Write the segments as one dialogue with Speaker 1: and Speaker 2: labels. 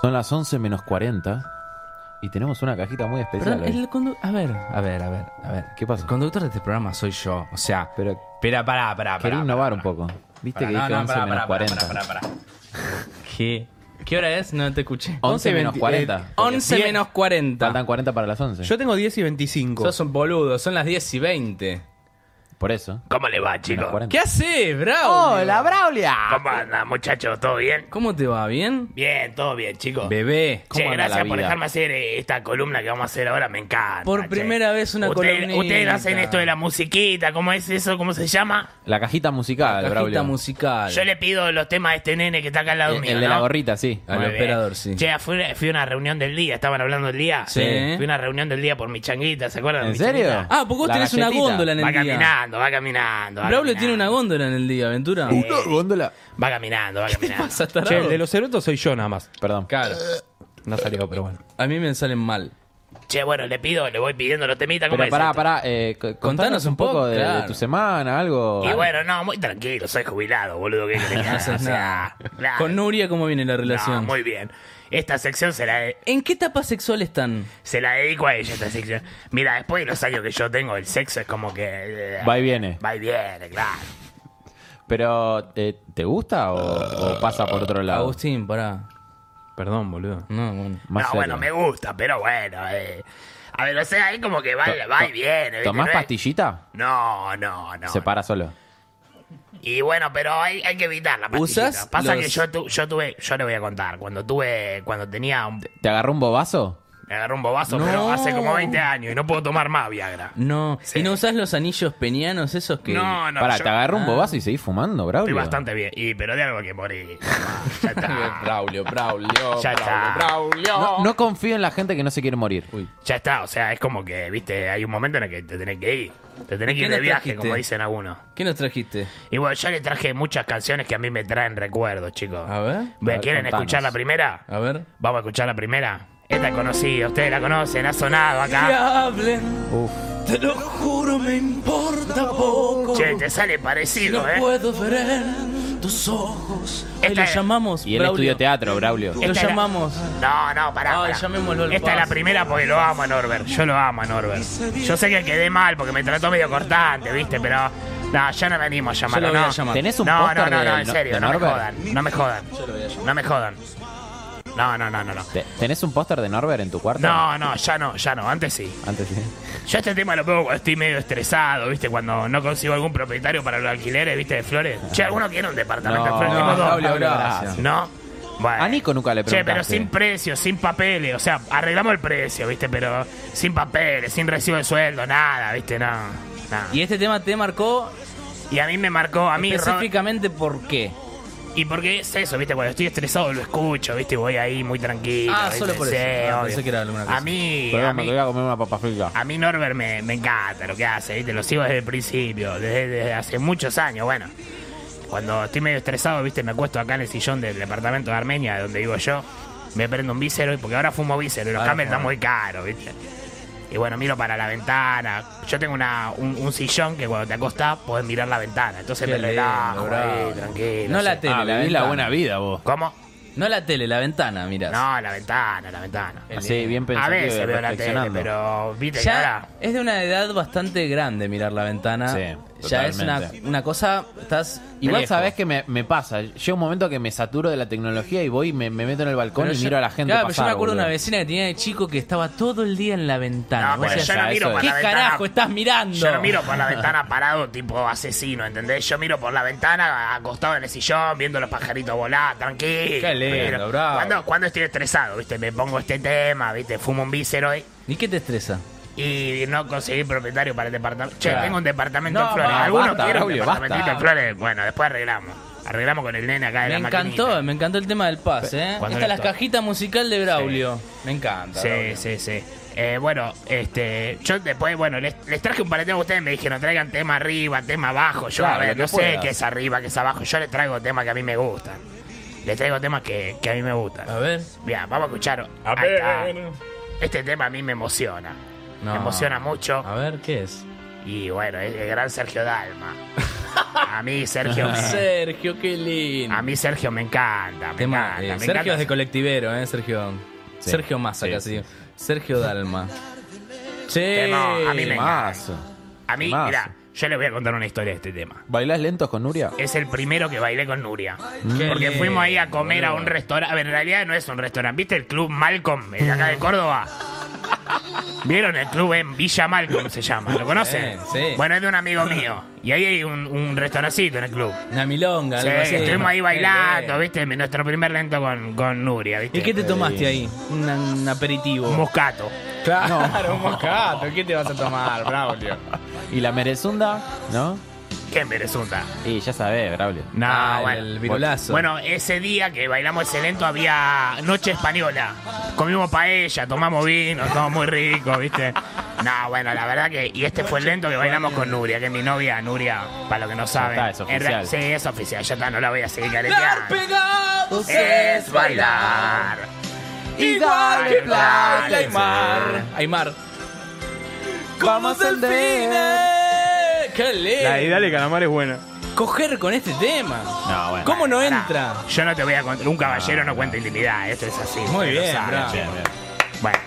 Speaker 1: Son las 11 menos 40 y tenemos una cajita muy especial.
Speaker 2: Perdón,
Speaker 1: hoy.
Speaker 2: el condu- A ver, a ver, a ver, a ver.
Speaker 1: ¿Qué pasó?
Speaker 2: El conductor de este programa soy yo. O sea,
Speaker 1: Pero
Speaker 2: espera, pará, pará, pará.
Speaker 1: quería
Speaker 2: pará,
Speaker 1: innovar un
Speaker 2: pará.
Speaker 1: poco. Viste
Speaker 2: Pará,
Speaker 1: que
Speaker 2: no,
Speaker 1: dije
Speaker 2: no,
Speaker 1: 11
Speaker 2: pará,
Speaker 1: menos
Speaker 2: pará,
Speaker 1: 40.
Speaker 2: pará, pará, pará. ¿Qué? ¿Qué hora es? No te escuché.
Speaker 1: 11 menos
Speaker 3: veinti-
Speaker 1: 40.
Speaker 3: eh,
Speaker 1: porque
Speaker 2: 11
Speaker 3: Bien.
Speaker 2: menos 40.
Speaker 1: Faltan 40 para las 11.
Speaker 3: Yo tengo 10 y 25.
Speaker 2: Sos un boludo, son las 10 y 20.
Speaker 1: Por eso.
Speaker 4: ¿Cómo le va,
Speaker 1: Menos
Speaker 4: chicos?
Speaker 1: 40.
Speaker 2: ¿Qué haces, Bravo?
Speaker 1: Braulia!
Speaker 4: ¿Cómo anda, muchachos? ¿Todo bien?
Speaker 2: ¿Cómo te va? ¿Bien?
Speaker 4: Bien, todo bien, chicos.
Speaker 2: Bebé.
Speaker 4: Che,
Speaker 1: ¿Cómo anda la
Speaker 4: gracias por
Speaker 1: vida?
Speaker 4: dejarme hacer eh, esta columna que vamos a hacer ahora, me encanta.
Speaker 2: Por
Speaker 4: che.
Speaker 2: primera vez una
Speaker 4: Ustedes-
Speaker 2: columnita.
Speaker 4: Ustedes hacen esto de la musiquita, ¿cómo es eso? ¿Cómo se llama?
Speaker 1: La cajita musical,
Speaker 2: Cajita
Speaker 1: Braulio. Eh,
Speaker 2: musical.
Speaker 4: Yo le pido los temas a este nene que está acá al lado
Speaker 1: el,
Speaker 4: mío.
Speaker 1: el de la
Speaker 4: ¿no?
Speaker 1: gorrita, sí.
Speaker 2: Al
Speaker 4: Muy bien.
Speaker 2: operador, sí.
Speaker 4: Che, fui, fui a una reunión del día, estaban hablando del día.
Speaker 2: Sí.
Speaker 4: Fui a una reunión del día por mi changuita, ¿se acuerdan? de
Speaker 1: ¿En
Speaker 4: mi
Speaker 1: serio?
Speaker 4: changuita?
Speaker 2: Ah, porque vos
Speaker 1: La
Speaker 2: tenés una
Speaker 1: galletita.
Speaker 2: góndola en
Speaker 4: Va
Speaker 2: el día.
Speaker 4: caminando, va caminando. va
Speaker 2: Braulio
Speaker 4: caminando.
Speaker 2: tiene una góndola en el día, Aventura.
Speaker 1: Una góndola.
Speaker 4: Va caminando, va caminando.
Speaker 2: pasa,
Speaker 3: Che,
Speaker 2: tarado?
Speaker 3: el de los erutos soy yo nada más.
Speaker 1: Perdón.
Speaker 2: Claro.
Speaker 3: No salió, pero bueno.
Speaker 2: A mí me salen mal.
Speaker 4: Che, bueno, le pido, le voy pidiendo los temitas. ¿cómo
Speaker 1: Pero
Speaker 4: es
Speaker 1: pará,
Speaker 4: esto?
Speaker 1: pará. eh, co- contanos un poco de, de
Speaker 2: claro.
Speaker 1: tu semana, algo.
Speaker 4: Y bueno, no, muy tranquilo, soy jubilado, boludo. ¿qué querés que haga?
Speaker 2: No haces
Speaker 4: Ah, O sea,
Speaker 2: nada.
Speaker 4: claro.
Speaker 2: Con Nuria, ¿cómo viene la
Speaker 4: No,
Speaker 2: relación?
Speaker 4: muy bien. Esta sección se la,
Speaker 2: ¿En qué etapa sexual están?
Speaker 4: se la dedico a ella, esta sección. Mira, después de los años que yo tengo, el sexo es como que... eh,
Speaker 1: Va y viene.
Speaker 4: Va y viene, claro.
Speaker 1: Pero, eh, ¿te gusta o, o pasa por otro
Speaker 4: Ah.
Speaker 1: lado?
Speaker 2: Agustín, pará.
Speaker 3: Perdón, boludo.
Speaker 2: No, bueno.
Speaker 1: Más
Speaker 4: no,
Speaker 1: serio.
Speaker 4: bueno, me gusta, pero bueno. eh. A ver, o sea, es como que va, va y viene. ¿viste?
Speaker 1: ¿Tomás
Speaker 4: No es-
Speaker 1: pastillita?
Speaker 4: No, no, no.
Speaker 1: Se para solo.
Speaker 4: Y bueno, pero hay, hay que evitar la pastillita.
Speaker 2: ¿Usás
Speaker 4: Pasa
Speaker 2: los-
Speaker 4: que yo, tu- yo tuve, yo le voy a contar, cuando tuve, cuando tenía un,
Speaker 1: ¿Te agarró un bobazo?
Speaker 4: Me agarró un bobazo,
Speaker 2: No.
Speaker 4: pero hace como 20 años y no puedo tomar más Viagra.
Speaker 2: No.
Speaker 4: Sí.
Speaker 2: ¿Y no usás los anillos penianos esos que.?
Speaker 4: No, no,
Speaker 1: Pará,
Speaker 4: yo
Speaker 1: ¿te agarró
Speaker 2: Ah.
Speaker 1: un bobazo y seguís fumando, Braulio?
Speaker 4: estoy bastante bien. Y, pero de algo que morí. Ya está.
Speaker 2: Braulio, Braulio.
Speaker 4: Ya está.
Speaker 1: No, no confío en la gente que no se quiere morir.
Speaker 4: Ya está, o sea, es como que, viste, hay un momento en el que te tenés que ir. Te tenés
Speaker 2: ¿Y
Speaker 4: que ir
Speaker 2: qué
Speaker 4: de
Speaker 2: nos
Speaker 4: viaje,
Speaker 2: trajiste?
Speaker 4: como dicen algunos.
Speaker 2: ¿Qué nos trajiste?
Speaker 4: Y bueno, yo le traje muchas canciones que a mí me traen recuerdos, chicos.
Speaker 2: A ver.
Speaker 4: ¿Me
Speaker 1: A ver,
Speaker 4: ¿Quieren
Speaker 1: contanos.
Speaker 4: escuchar la primera?
Speaker 2: A ver.
Speaker 4: Vamos a escuchar la primera. Esta es conocida, ustedes la conocen, ha sonado
Speaker 2: Que
Speaker 4: acá.
Speaker 2: hablen,
Speaker 1: Uf.
Speaker 2: te lo juro, me importa poco.
Speaker 4: Che, te sale parecido,
Speaker 2: no
Speaker 4: ¿eh? Este
Speaker 2: puedo ver en tus ojos. Hoy
Speaker 4: Esta
Speaker 2: lo
Speaker 4: es-
Speaker 2: llamamos.
Speaker 1: Y él
Speaker 2: Braulio.
Speaker 1: estudió teatro, Braulio.
Speaker 2: Lo
Speaker 4: Esta es la-
Speaker 2: llamamos.
Speaker 4: No, no, pará.
Speaker 2: Ay,
Speaker 4: pará.
Speaker 2: llamémoslo al
Speaker 4: Esta es la
Speaker 2: paso.
Speaker 4: primera porque lo amo a Norbert. Yo lo amo a Norbert. Yo sé que quedé mal porque me trató medio cortante, ¿viste? Pero. No, ya no me animo a llamarlo,
Speaker 2: Yo lo voy a
Speaker 4: no.
Speaker 2: llamar.
Speaker 1: ¿Tenés un
Speaker 4: no, no,
Speaker 1: póster
Speaker 4: no, no,
Speaker 1: de-
Speaker 4: en serio,
Speaker 1: de
Speaker 4: no me
Speaker 1: Norbert?
Speaker 4: jodan. No me jodan. No me jodan. No, no, no, no, no.
Speaker 1: Te- ¿Tenés un póster de Norbert en tu cuarto?
Speaker 4: No, no, ya no, ya no, antes sí.
Speaker 1: Antes sí.
Speaker 4: Yo este tema lo pongo cuando estoy medio estresado, ¿viste? Cuando no consigo algún propietario para los alquileres, ¿viste? De flores. Che, ¿alguno quiere un departamento de flores? Tengo
Speaker 2: no,
Speaker 4: dos.
Speaker 2: Braulio,
Speaker 1: gracias.
Speaker 4: ¿No? Bueno.
Speaker 1: A Nico nunca le
Speaker 4: Che,
Speaker 1: preguntaste.
Speaker 4: pero sin precio, sin papeles. O sea, arreglamos el precio, ¿viste? Pero sin papeles, sin recibo de sueldo, nada, ¿viste? No. nada.
Speaker 2: Y este tema te marcó
Speaker 4: Y a mí me marcó, a mí. Ro-
Speaker 2: específicamente por qué.
Speaker 4: Y porque es eso, ¿viste? Cuando estoy estresado lo escucho, ¿viste? Y Voy ahí muy tranquilo.
Speaker 2: Ah,
Speaker 4: ¿viste?
Speaker 2: solo por eso.
Speaker 4: Sí,
Speaker 2: Ah, pensé
Speaker 4: obvio.
Speaker 2: que era alguna cosa.
Speaker 4: A mí.
Speaker 1: Perdón,
Speaker 4: a
Speaker 1: me
Speaker 4: mí- Ah,
Speaker 1: voy a comer una papa frita.
Speaker 4: a mí Norbert me, me encanta lo que hace, ¿viste? Lo sigo desde el principio, desde, desde hace muchos años, bueno. Cuando estoy medio estresado, ¿viste? Me acuesto acá en el sillón del departamento de Armenia, donde vivo yo. Me prendo un víscero, y- porque ahora fumo víscero y los
Speaker 2: Claro,
Speaker 4: camels están
Speaker 2: claro.
Speaker 4: muy caros, ¿viste? Y bueno, miro para la ventana. Yo tengo una, un, un sillón que cuando te acostás podés mirar la ventana. Entonces
Speaker 2: Qué
Speaker 4: me
Speaker 2: lindo,
Speaker 4: relajo,
Speaker 2: bravo.
Speaker 4: ahí, tranquilo.
Speaker 2: No
Speaker 4: sí.
Speaker 2: la tele,
Speaker 1: Ah,
Speaker 2: la
Speaker 1: vivís la
Speaker 2: ventana.
Speaker 1: buena vida vos.
Speaker 4: ¿Cómo?
Speaker 2: No la tele, la ventana, mirás.
Speaker 4: No, la ventana, la ventana.
Speaker 1: Así, bien
Speaker 4: A
Speaker 1: pensado.
Speaker 4: veces veo la tele, pero viste que ahora...
Speaker 2: Ya es de una edad bastante grande mirar la ventana.
Speaker 1: Sí,
Speaker 2: ya es una,
Speaker 1: totalmente.
Speaker 2: una cosa, estás
Speaker 1: Igual
Speaker 2: viejo.
Speaker 1: sabés que me, me pasa. Llega un momento que me saturo de la tecnología y voy y me, me meto en el balcón
Speaker 2: Pero
Speaker 1: y
Speaker 2: yo-
Speaker 1: miro a la gente.
Speaker 2: Claro,
Speaker 1: pasar,
Speaker 2: pero yo me acuerdo de una
Speaker 1: boludo.
Speaker 2: vecina que tenía de chico que estaba todo el día en la ventana.
Speaker 4: No,
Speaker 2: Vos
Speaker 4: pero
Speaker 2: decías,
Speaker 4: yo no
Speaker 1: ya,
Speaker 4: miro
Speaker 1: eso
Speaker 4: por
Speaker 1: es.
Speaker 2: ¿Qué
Speaker 4: la ventana.
Speaker 2: carajo estás mirando?
Speaker 4: Yo no miro por la ventana parado, tipo asesino, ¿entendés? Yo miro por la ventana acostado en el sillón, viendo los pajaritos volar, tranquilo.
Speaker 2: Qué lindo, bravo.
Speaker 4: Cuando, cuando estoy estresado, ¿viste? Me pongo este tema, ¿viste? Fumo un víscero y,
Speaker 2: ¿Y qué te estresa?
Speaker 4: y no conseguí propietario para el departamento. Che,
Speaker 2: Claro.
Speaker 4: tengo un departamento
Speaker 2: No,
Speaker 4: en Flores.
Speaker 2: basta,
Speaker 4: ¿Alguno
Speaker 1: basta,
Speaker 4: quiere un
Speaker 1: Braulio,
Speaker 4: departamentito
Speaker 1: basta.
Speaker 4: en Flores? Bueno, después arreglamos. Arreglamos con el nene acá de
Speaker 2: Me
Speaker 4: la
Speaker 2: encantó,
Speaker 4: maquinita.
Speaker 2: me encantó el tema del pase, ¿eh?
Speaker 4: Cuando
Speaker 2: Esta es la
Speaker 4: le to-
Speaker 2: cajita musical de Braulio. Me encanta.
Speaker 4: Sí,
Speaker 2: Braulio.
Speaker 4: sí, sí. Eh, bueno, este, yo después, bueno, les, les traje un par de temas a ustedes, me dijeron, traigan tema arriba, tema abajo. Yo,
Speaker 1: Claro,
Speaker 4: a
Speaker 1: lo
Speaker 4: ver,
Speaker 1: que
Speaker 4: no sé
Speaker 1: puedas.
Speaker 4: qué es arriba, qué es abajo. Yo les traigo temas que a mí me gustan. Les traigo temas que, que a mí me gustan.
Speaker 2: A ver. eh,
Speaker 4: Bien, vamos a escuchar. Ahí está. Este tema a mí me emociona.
Speaker 2: No. Ah.
Speaker 4: Me emociona mucho.
Speaker 2: A ver, ¿qué es?
Speaker 4: Y bueno, es el gran Sergio Dalma. A mí, Sergio. me-
Speaker 2: Sergio, qué lindo.
Speaker 4: Ah. a mí, Sergio, me encanta. Me
Speaker 2: Tema,
Speaker 4: encanta,
Speaker 2: eh,
Speaker 4: me
Speaker 2: Sergio
Speaker 4: encanta.
Speaker 2: es de colectivero, ¿eh? Sergio.
Speaker 1: Sí.
Speaker 2: Sergio Massa,
Speaker 1: Sí,
Speaker 2: casi.
Speaker 1: sí.
Speaker 2: Sergio Dalma. Che,
Speaker 4: Tema, a mí me-
Speaker 1: Temazo.
Speaker 4: A mí,
Speaker 1: Temazo.
Speaker 4: mira, yo les voy a contar una historia de este tema.
Speaker 1: ¿Bailás lentos con Nuria?
Speaker 4: Es el primero que bailé con Nuria.
Speaker 2: Qué
Speaker 4: Porque
Speaker 2: lindo,
Speaker 4: fuimos ahí a comer a un
Speaker 2: boludo.
Speaker 4: restaurante. A ver, en realidad no es un restaurante. ¿Viste el club Malcolm, el de acá de Córdoba? ¿Vieron el club en Villa Malcolm se llama? ¿Lo conocen?
Speaker 2: Sí, sí.
Speaker 4: Bueno, es de un amigo mío. Y ahí hay un, un restauracito en el club.
Speaker 2: Una milonga,
Speaker 4: Sí,
Speaker 2: algo así.
Speaker 4: estuvimos ahí
Speaker 2: Qué
Speaker 4: bailando,
Speaker 2: lindo.
Speaker 4: ¿viste? Nuestro primer lento con, con Nuria, ¿viste?
Speaker 2: ¿Y qué te tomaste ahí? Un, un aperitivo.
Speaker 4: Un moscato.
Speaker 2: claro, un moscato. ¿Qué te vas a tomar, Braulio?
Speaker 1: Y la merezunda, ¿no?
Speaker 4: ¿Qué merezunda?
Speaker 1: Y ya sabés, Braulio.
Speaker 4: No,
Speaker 2: Ah,
Speaker 4: bueno.
Speaker 2: el virulazo.
Speaker 4: Bueno, ese día que bailamos ese lento había noche española. Comimos paella, tomamos vino, todo muy rico, ¿viste? No, bueno, la verdad que. Y este fue el lento que bailamos con Nuria, que es mi novia, Nuria, para los que no saben.
Speaker 1: está, es
Speaker 4: En real-
Speaker 1: oficial.
Speaker 4: sí, es oficial, ya está, no la voy a seguir careteando.
Speaker 2: pegados
Speaker 4: Es bailar.
Speaker 1: Y
Speaker 4: dale plata, Aymar.
Speaker 2: Aymar.
Speaker 1: Vamos al de.
Speaker 2: ¡Qué
Speaker 3: La
Speaker 2: lindo!
Speaker 3: idea de calamar es buena.
Speaker 2: Coger con este tema.
Speaker 1: No, bueno.
Speaker 2: ¿Cómo no
Speaker 4: Pará,
Speaker 2: entra?
Speaker 4: Yo no te voy a contar. Un caballero no cuenta intimidad, esto es así.
Speaker 2: Muy
Speaker 4: ustedes lo
Speaker 2: bien,
Speaker 4: saben,
Speaker 2: bravo.
Speaker 1: Bien,
Speaker 4: chicos.
Speaker 1: bien.
Speaker 4: Bueno,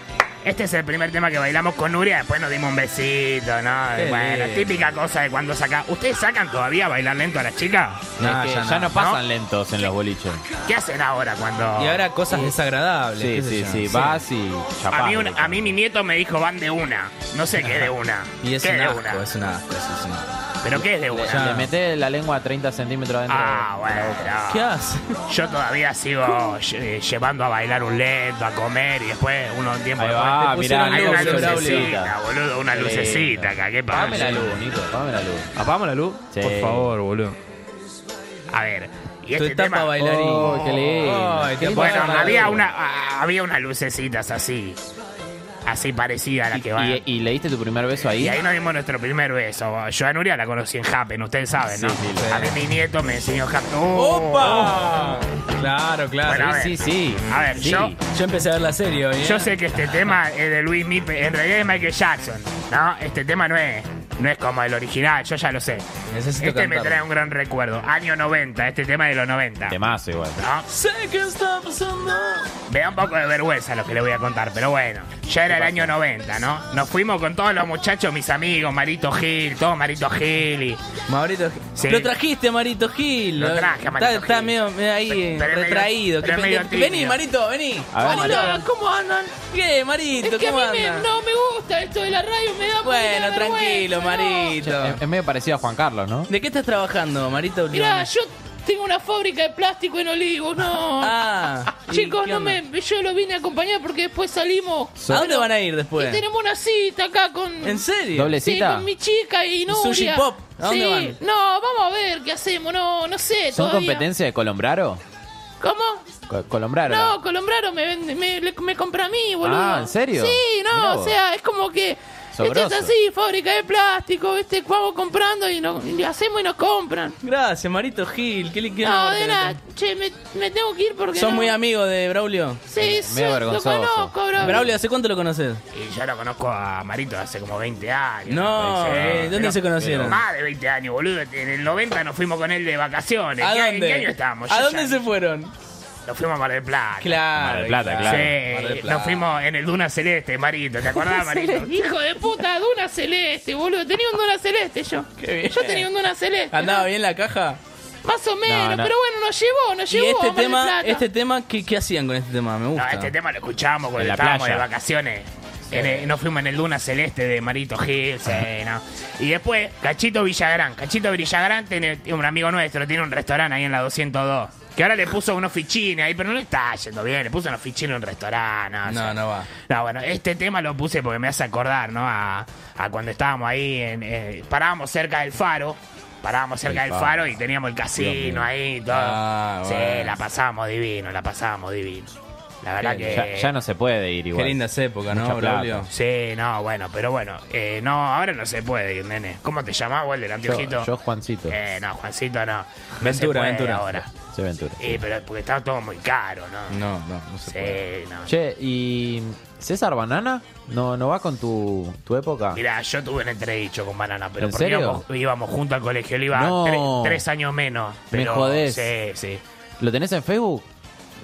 Speaker 4: este es el primer tema que bailamos con Nuria, después nos dimos un besito, ¿no?
Speaker 2: Qué
Speaker 4: bueno,
Speaker 2: lindo.
Speaker 4: típica cosa de cuando saca. ¿Ustedes sacan todavía a bailar lento a las chicas?
Speaker 2: No,
Speaker 1: Es que
Speaker 2: ya no.
Speaker 1: ya no pasan
Speaker 4: ¿No?
Speaker 1: lentos en los boliches.
Speaker 4: ¿Qué hacen ahora cuando.?
Speaker 2: Y ahora cosas desagradables.
Speaker 1: Sí,
Speaker 2: qué sé
Speaker 1: sí, sí.
Speaker 2: yo.
Speaker 1: Vas y chapás.
Speaker 4: a mí, un- a mí mi nieto me dijo van de una. No sé qué de una.
Speaker 2: Y es
Speaker 4: ¿Qué
Speaker 2: un
Speaker 4: de
Speaker 2: asco,
Speaker 4: una?
Speaker 2: es un asco, eso es un asco.
Speaker 4: ¿Pero qué es de
Speaker 1: Le,
Speaker 4: una?
Speaker 2: Ya.
Speaker 1: le metés la lengua a 30 centímetros adentro.
Speaker 4: Ah,
Speaker 1: de la boca.
Speaker 4: bueno.
Speaker 2: ¿Qué haces?
Speaker 4: Yo todavía sigo lle- eh, llevando a bailar un lento, a comer y después uno un tiempo
Speaker 1: Ahí
Speaker 4: después-
Speaker 1: va,
Speaker 2: te pusieron
Speaker 1: mirá.
Speaker 4: Hay una
Speaker 2: Luz, Braulio.
Speaker 4: lucecita, boludo, una
Speaker 1: Qué lindo.
Speaker 4: lucecita acá, qué
Speaker 1: Apagame la
Speaker 4: pasa.
Speaker 1: luz, Nico, apagame la luz.
Speaker 3: ¿Apagamos la luz?
Speaker 1: Sí.
Speaker 3: Por favor, boludo.
Speaker 4: A ver, y
Speaker 2: Tu
Speaker 4: este
Speaker 2: etapa
Speaker 4: tema.
Speaker 2: bailarín.
Speaker 1: Oh, qué lindo.
Speaker 2: Ay,
Speaker 1: Qué
Speaker 2: te
Speaker 1: lindo
Speaker 4: Bueno,
Speaker 2: Bueno,
Speaker 4: había
Speaker 2: bailarín.
Speaker 4: una, a- había unas lucecitas así, así parecida a la que va.
Speaker 1: ¿Y, y le diste tu primer beso ahí?
Speaker 4: Y ahí nos dimos nuestro primer beso. Yo a Nuria la conocí en Happen, ustedes saben, ¿no?
Speaker 1: Sí, sí,
Speaker 4: a mí mi nieto me enseñó Happen. ¡Oh!
Speaker 2: ¡Opa! Claro,
Speaker 4: Bueno, a
Speaker 2: claro.
Speaker 4: ver.
Speaker 1: sí, sí.
Speaker 4: A ver,
Speaker 1: Sí.
Speaker 4: yo-
Speaker 2: Yo empecé a ver la serie hoy. ¿eh?
Speaker 4: Yo sé que este tema es de Luis Mipe, en realidad es Michael Jackson, ¿no? Este tema no es, no es como el original, yo ya lo sé.
Speaker 2: Necesito
Speaker 4: este me
Speaker 2: cantarlo.
Speaker 4: trae un gran recuerdo. Año 90, este tema de los 90.
Speaker 1: Temazo igual.
Speaker 4: ¿no?
Speaker 2: Sé que está pasando.
Speaker 4: Me da un poco de vergüenza lo que le voy a contar, pero bueno, ya era el año 90, ¿no? Nos fuimos con todos los muchachos, mis amigos, Marito Gil, todo Marito Gil y...
Speaker 2: Maurito
Speaker 4: Sí.
Speaker 2: Lo trajiste, Marito Gil.
Speaker 4: Lo traje a Marito
Speaker 2: Está, está
Speaker 4: Gil.
Speaker 2: medio, medio ahí
Speaker 4: Pero- pero es medio-
Speaker 2: retraído.
Speaker 4: pero es
Speaker 2: Qué
Speaker 4: medio
Speaker 2: pendiente.
Speaker 4: tímido.
Speaker 2: vení, Marito, vení.
Speaker 1: A ver,
Speaker 2: Marito,
Speaker 1: Marito.
Speaker 2: ¿cómo andan? ¿Qué, Marito?
Speaker 5: Es que a
Speaker 2: ¿Cómo
Speaker 5: mí me-
Speaker 2: andan?
Speaker 5: no me gusta esto de la radio, me da
Speaker 2: bueno, tranquilo,
Speaker 5: Marí.
Speaker 2: Marito.
Speaker 1: Es, es medio parecido a Juan Carlos, ¿no?
Speaker 2: ¿De qué estás trabajando, Marito?
Speaker 5: eh, Mirá, yo tengo una fábrica de plástico en Olivos, no.
Speaker 2: Ah, ¿y
Speaker 5: Chicos,
Speaker 2: qué
Speaker 5: no
Speaker 2: onda?
Speaker 5: me, yo lo vine a acompañar porque después salimos.
Speaker 2: ¿A dónde van a ir
Speaker 5: Y
Speaker 2: después?
Speaker 5: tenemos una cita acá con.
Speaker 2: ¿En serio?
Speaker 1: Doble
Speaker 5: Sí,
Speaker 1: cita.
Speaker 5: con mi chica y no.
Speaker 2: Sushi Pop, ¿a dónde
Speaker 5: sí.
Speaker 2: van?
Speaker 5: No, vamos a ver qué hacemos, no, no sé.
Speaker 1: ¿Son
Speaker 5: todavía.
Speaker 1: competencia de Colombraro?
Speaker 5: ¿Cómo?
Speaker 1: Co- Colombraro.
Speaker 5: No, Colombraro me, vende- me, le- me compra a mí, boludo.
Speaker 1: Ah, ¿en serio?
Speaker 5: Sí,
Speaker 1: Mirá
Speaker 5: no,
Speaker 1: vos.
Speaker 5: o sea, es como que.
Speaker 1: Sobroso.
Speaker 5: Esto es así, fábrica de plástico, este, vamos comprando y, no, y hacemos y nos compran.
Speaker 2: Gracias, Marito Gil. Qué le qué
Speaker 5: no,
Speaker 2: honor
Speaker 5: de
Speaker 2: tenerte.
Speaker 5: nada, che, me, me tengo que ir porque.
Speaker 2: ¿Sos
Speaker 5: no-
Speaker 2: muy amigo de Braulio?
Speaker 5: Sí, sí,
Speaker 1: Medio
Speaker 5: lo
Speaker 1: vergonzoso.
Speaker 5: conozco, Braulio.
Speaker 2: Braulio, ¿hace cuánto lo conoces?
Speaker 4: Y yo lo conozco a Marito hace como 20 años.
Speaker 2: No, eh, ¿dónde se conocieron?
Speaker 4: Más de 20 años, boludo. En el 90 nos fuimos con él de vacaciones.
Speaker 2: ¿A
Speaker 4: ¿Qué-
Speaker 2: dónde?
Speaker 4: ¿En qué año estábamos?
Speaker 2: ¿A
Speaker 4: Yo
Speaker 2: dónde
Speaker 4: ya-
Speaker 2: se fueron?
Speaker 4: Nos fuimos a Mar del Plata.
Speaker 2: Claro.
Speaker 1: Mar del Plata,
Speaker 4: Sí,
Speaker 1: claro.
Speaker 2: Mar del Plata.
Speaker 4: nos fuimos en el Duna Celeste, Marito. ¿Te acordás, Marito?
Speaker 5: Hijo de puta, Duna Celeste, boludo. Tenía un Duna Celeste yo.
Speaker 2: Qué bien. Ah.
Speaker 5: Yo tenía un Duna Celeste.
Speaker 2: ¿Andaba bien la caja?
Speaker 5: Más o menos,
Speaker 1: no.
Speaker 5: pero bueno, nos llevó, nos
Speaker 2: Y
Speaker 5: llevó.
Speaker 2: este
Speaker 5: a Mar del
Speaker 2: tema,
Speaker 5: Plata.
Speaker 2: este tema ¿qué, qué hacían con este tema? Me gusta.
Speaker 4: No, este tema lo escuchamos cuando
Speaker 1: En la
Speaker 4: estábamos
Speaker 1: playa.
Speaker 4: de vacaciones. En el- nos fuimos en el Duna Celeste de Marito Gil, sí, ¿no? Y después, Cachito Villagrán. Cachito Villagrán tiene, tiene un amigo nuestro, tiene un restaurante ahí en la 202. Que ahora le puso unos fichines ahí, pero no le está yendo bien. Le puso unos fichines en un restaurante. o
Speaker 2: No,
Speaker 4: sea.
Speaker 2: no va.
Speaker 4: No, bueno, este tema lo puse porque me hace acordar, ¿no? A, a cuando estábamos ahí, en, eh, parábamos cerca del faro. Parábamos cerca
Speaker 1: El
Speaker 4: del
Speaker 1: faro.
Speaker 4: faro y teníamos el casino
Speaker 1: mío.
Speaker 4: ahí y todo.
Speaker 2: Ah,
Speaker 4: sí,
Speaker 2: bueno.
Speaker 4: la pasábamos divino, la pasábamos divino. La verdad que.
Speaker 1: Ya, ya no se puede ir igual.
Speaker 2: Qué lindas épocas, ¿no,
Speaker 1: Mucha plata.
Speaker 2: Braulio?
Speaker 4: Sí, no, bueno, pero bueno. eh, no, ahora no se puede ir, nene. ¿Cómo te llamás, vos, el del
Speaker 1: Yo,
Speaker 4: anteojito?
Speaker 1: yo Juancito.
Speaker 4: Eh, no, Juancito no. No se
Speaker 2: Ventura,
Speaker 4: puede
Speaker 2: Ventura.
Speaker 4: Ahora.
Speaker 1: Se aventura.
Speaker 4: Y, pero porque está todo muy caro, ¿no?
Speaker 2: No, no, no se puede.
Speaker 4: Sí, no.
Speaker 1: Che, ¿y César Banana? ¿No, no va con tu, tu época?
Speaker 4: Mirá, yo tuve un entredicho con Banana, pero
Speaker 1: ¿En
Speaker 4: porque
Speaker 1: serio?
Speaker 4: íbamos, íbamos juntos al colegio, él iba
Speaker 1: No.
Speaker 4: tre- tres años menos.
Speaker 1: Me
Speaker 4: Pero,
Speaker 1: jodés.
Speaker 4: Sí, sí.
Speaker 1: ¿Lo tenés en Facebook?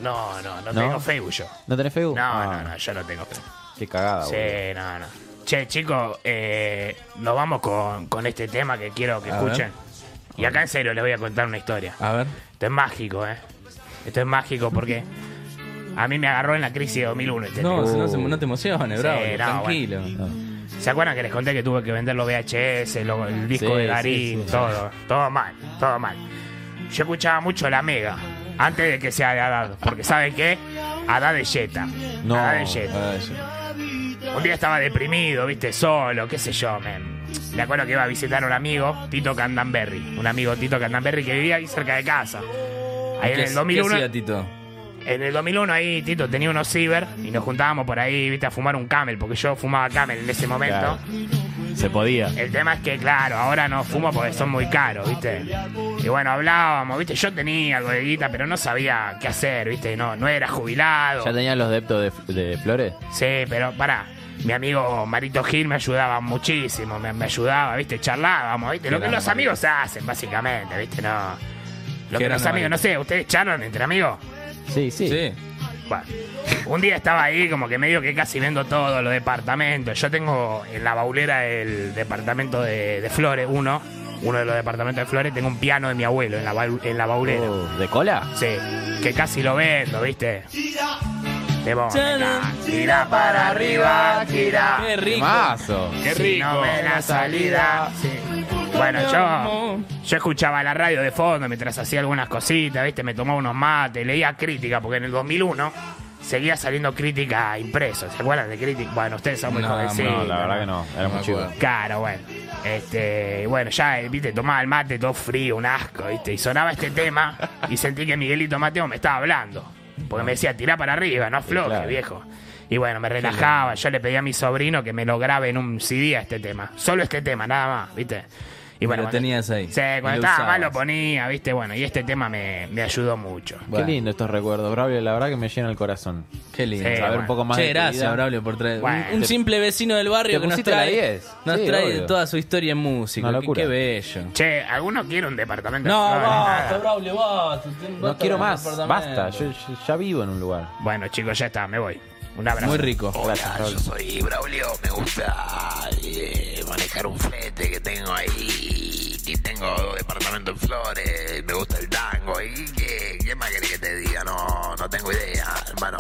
Speaker 4: No, no, no,
Speaker 1: ¿No?
Speaker 4: tengo Facebook yo.
Speaker 1: ¿No tenés
Speaker 4: No,
Speaker 1: Facebook? Ah,
Speaker 4: no, no, yo no tengo Facebook.
Speaker 1: Qué cagada, boludo.
Speaker 4: Sí, no, no. Che, chicos, eh, nos vamos con, con este tema que quiero que
Speaker 3: A
Speaker 4: escuchen.
Speaker 3: ver.
Speaker 4: Y acá en serio les voy a contar una historia.
Speaker 3: A ver.
Speaker 4: Esto es mágico, ¿eh? Esto es mágico porque a mí me agarró en la crisis de 2001. ¿entendés?
Speaker 2: No, no, se- no te emociones,
Speaker 4: Sí,
Speaker 2: bravo.
Speaker 4: no,
Speaker 2: tranquilo.
Speaker 4: ¿Se acuerdan que les conté que tuve que vender los VHS, lo- el disco
Speaker 1: Sí,
Speaker 4: de
Speaker 1: sí,
Speaker 4: Darín,
Speaker 1: sí.
Speaker 4: todo? Todo mal, todo mal. Yo escuchaba mucho La Mega, antes de que sea de Haddad, porque ¿saben qué? Haddad de Jetta.
Speaker 1: No.
Speaker 4: Haddad de Jetta.
Speaker 2: Ah, ya.
Speaker 4: Un día estaba deprimido, viste, solo, qué sé yo, men. Me acuerdo que iba a visitar a un amigo, Tito Candanberry. Un amigo Tito Candanberry que vivía ahí cerca de casa. Ahí en
Speaker 2: ¿Qué-
Speaker 4: el 2001.
Speaker 2: ¿Qué hacía, Tito?
Speaker 4: En el 2001 ahí Tito tenía unos ciber y nos juntábamos por ahí, viste, a fumar un camel, porque yo fumaba camel en ese momento.
Speaker 1: Claro. Se podía.
Speaker 4: El tema es que, claro, ahora no fumo porque son muy caros, viste. Y bueno, hablábamos, viste, yo tenía algo de guita, pero no sabía qué hacer, viste, no, no era jubilado.
Speaker 1: ¿Ya tenían los deptos de, de flores?
Speaker 4: Sí, pero pará. Mi amigo Marito Gil me ayudaba muchísimo, me, me ayudaba, ¿viste? Charlábamos, ¿viste? Lo que
Speaker 2: grande,
Speaker 4: los amigos hacen, básicamente, ¿viste? No. Lo
Speaker 2: Qué
Speaker 4: que los
Speaker 2: grande, Marito.
Speaker 4: amigos, no sé, ¿ustedes charlan entre amigos?
Speaker 1: Sí, sí.
Speaker 2: Sí.
Speaker 4: Bueno, un día estaba ahí como que medio que casi vendo todos los departamentos. Yo tengo en la baulera el departamento de, de Flores, uno, uno de los departamentos de Flores, tengo un piano de mi abuelo en la, baul- en la baulera.
Speaker 1: Oh, ¿De cola?
Speaker 4: Sí, que casi lo vendo, ¿viste? Gira, gira para arriba, gira.
Speaker 2: Qué rico.
Speaker 1: Mazo.
Speaker 4: Ah. Qué rico. no ve la salida. Bueno, yo, yo escuchaba la radio de fondo mientras hacía algunas cositas, ¿viste? Me tomaba unos mates, leía crítica, porque en el 2001 seguía saliendo crítica impreso. ¿Se acuerdan de crítica? Bueno, ustedes son muy
Speaker 2: No,
Speaker 4: jovencitos.
Speaker 1: No, la verdad que no. Era
Speaker 2: No
Speaker 1: muy
Speaker 2: me
Speaker 1: chido.
Speaker 2: acuerdo.
Speaker 4: Claro, bueno. Este, bueno, ya, eh, viste, tomaba el mate todo frío, un asco, viste, y sonaba este tema y sentí que Miguelito Mateo me estaba hablando. Porque me decía, tirá para arriba, no afloje,
Speaker 1: claro.
Speaker 4: viejo. Y bueno, me relajaba, yo le pedí a mi sobrino que me lo grabe en un CD a este tema. Solo este tema, nada más, viste. Y
Speaker 2: lo
Speaker 4: cuando-
Speaker 2: tenías ahí,
Speaker 4: Sí,
Speaker 2: y
Speaker 4: cuando
Speaker 2: lo
Speaker 4: estaba
Speaker 2: usabas.
Speaker 4: mal lo ponía, viste, bueno, y este tema me, me ayudó mucho.
Speaker 1: Qué lindo estos recuerdos, Braulio. La verdad que me llena el corazón.
Speaker 2: Qué lindo.
Speaker 4: Sí,
Speaker 1: Saber
Speaker 4: bueno.
Speaker 1: un poco más
Speaker 2: che,
Speaker 1: de tu
Speaker 2: gracias,
Speaker 1: vida.
Speaker 2: Braulio, por traer.
Speaker 4: Bueno,
Speaker 2: un un
Speaker 4: te-
Speaker 2: simple vecino del barrio
Speaker 1: te
Speaker 2: que nos
Speaker 1: pusiste la
Speaker 2: trae,
Speaker 1: 10.
Speaker 2: nos
Speaker 1: Sí,
Speaker 2: trae
Speaker 1: obvio.
Speaker 2: toda su historia en música.
Speaker 1: Una
Speaker 2: Qué-
Speaker 1: locura.
Speaker 2: Qué bello.
Speaker 4: Che, ¿alguno quiere un departamento? de
Speaker 2: No,
Speaker 4: flores?
Speaker 2: basta, Braulio, basta.
Speaker 1: No quiero más. Basta. Yo, yo ya vivo en un lugar.
Speaker 4: Bueno, chicos, ya está, me voy. Un abrazo.
Speaker 2: Muy rico.
Speaker 1: Gracias, Braulio.
Speaker 6: soy Braulio, me gusta eh, manejar un flete que tengo ahí. Y tengo departamento en flores, me gusta el tango. ¿Y qué, qué más querés que te diga? No, no tengo idea, hermano.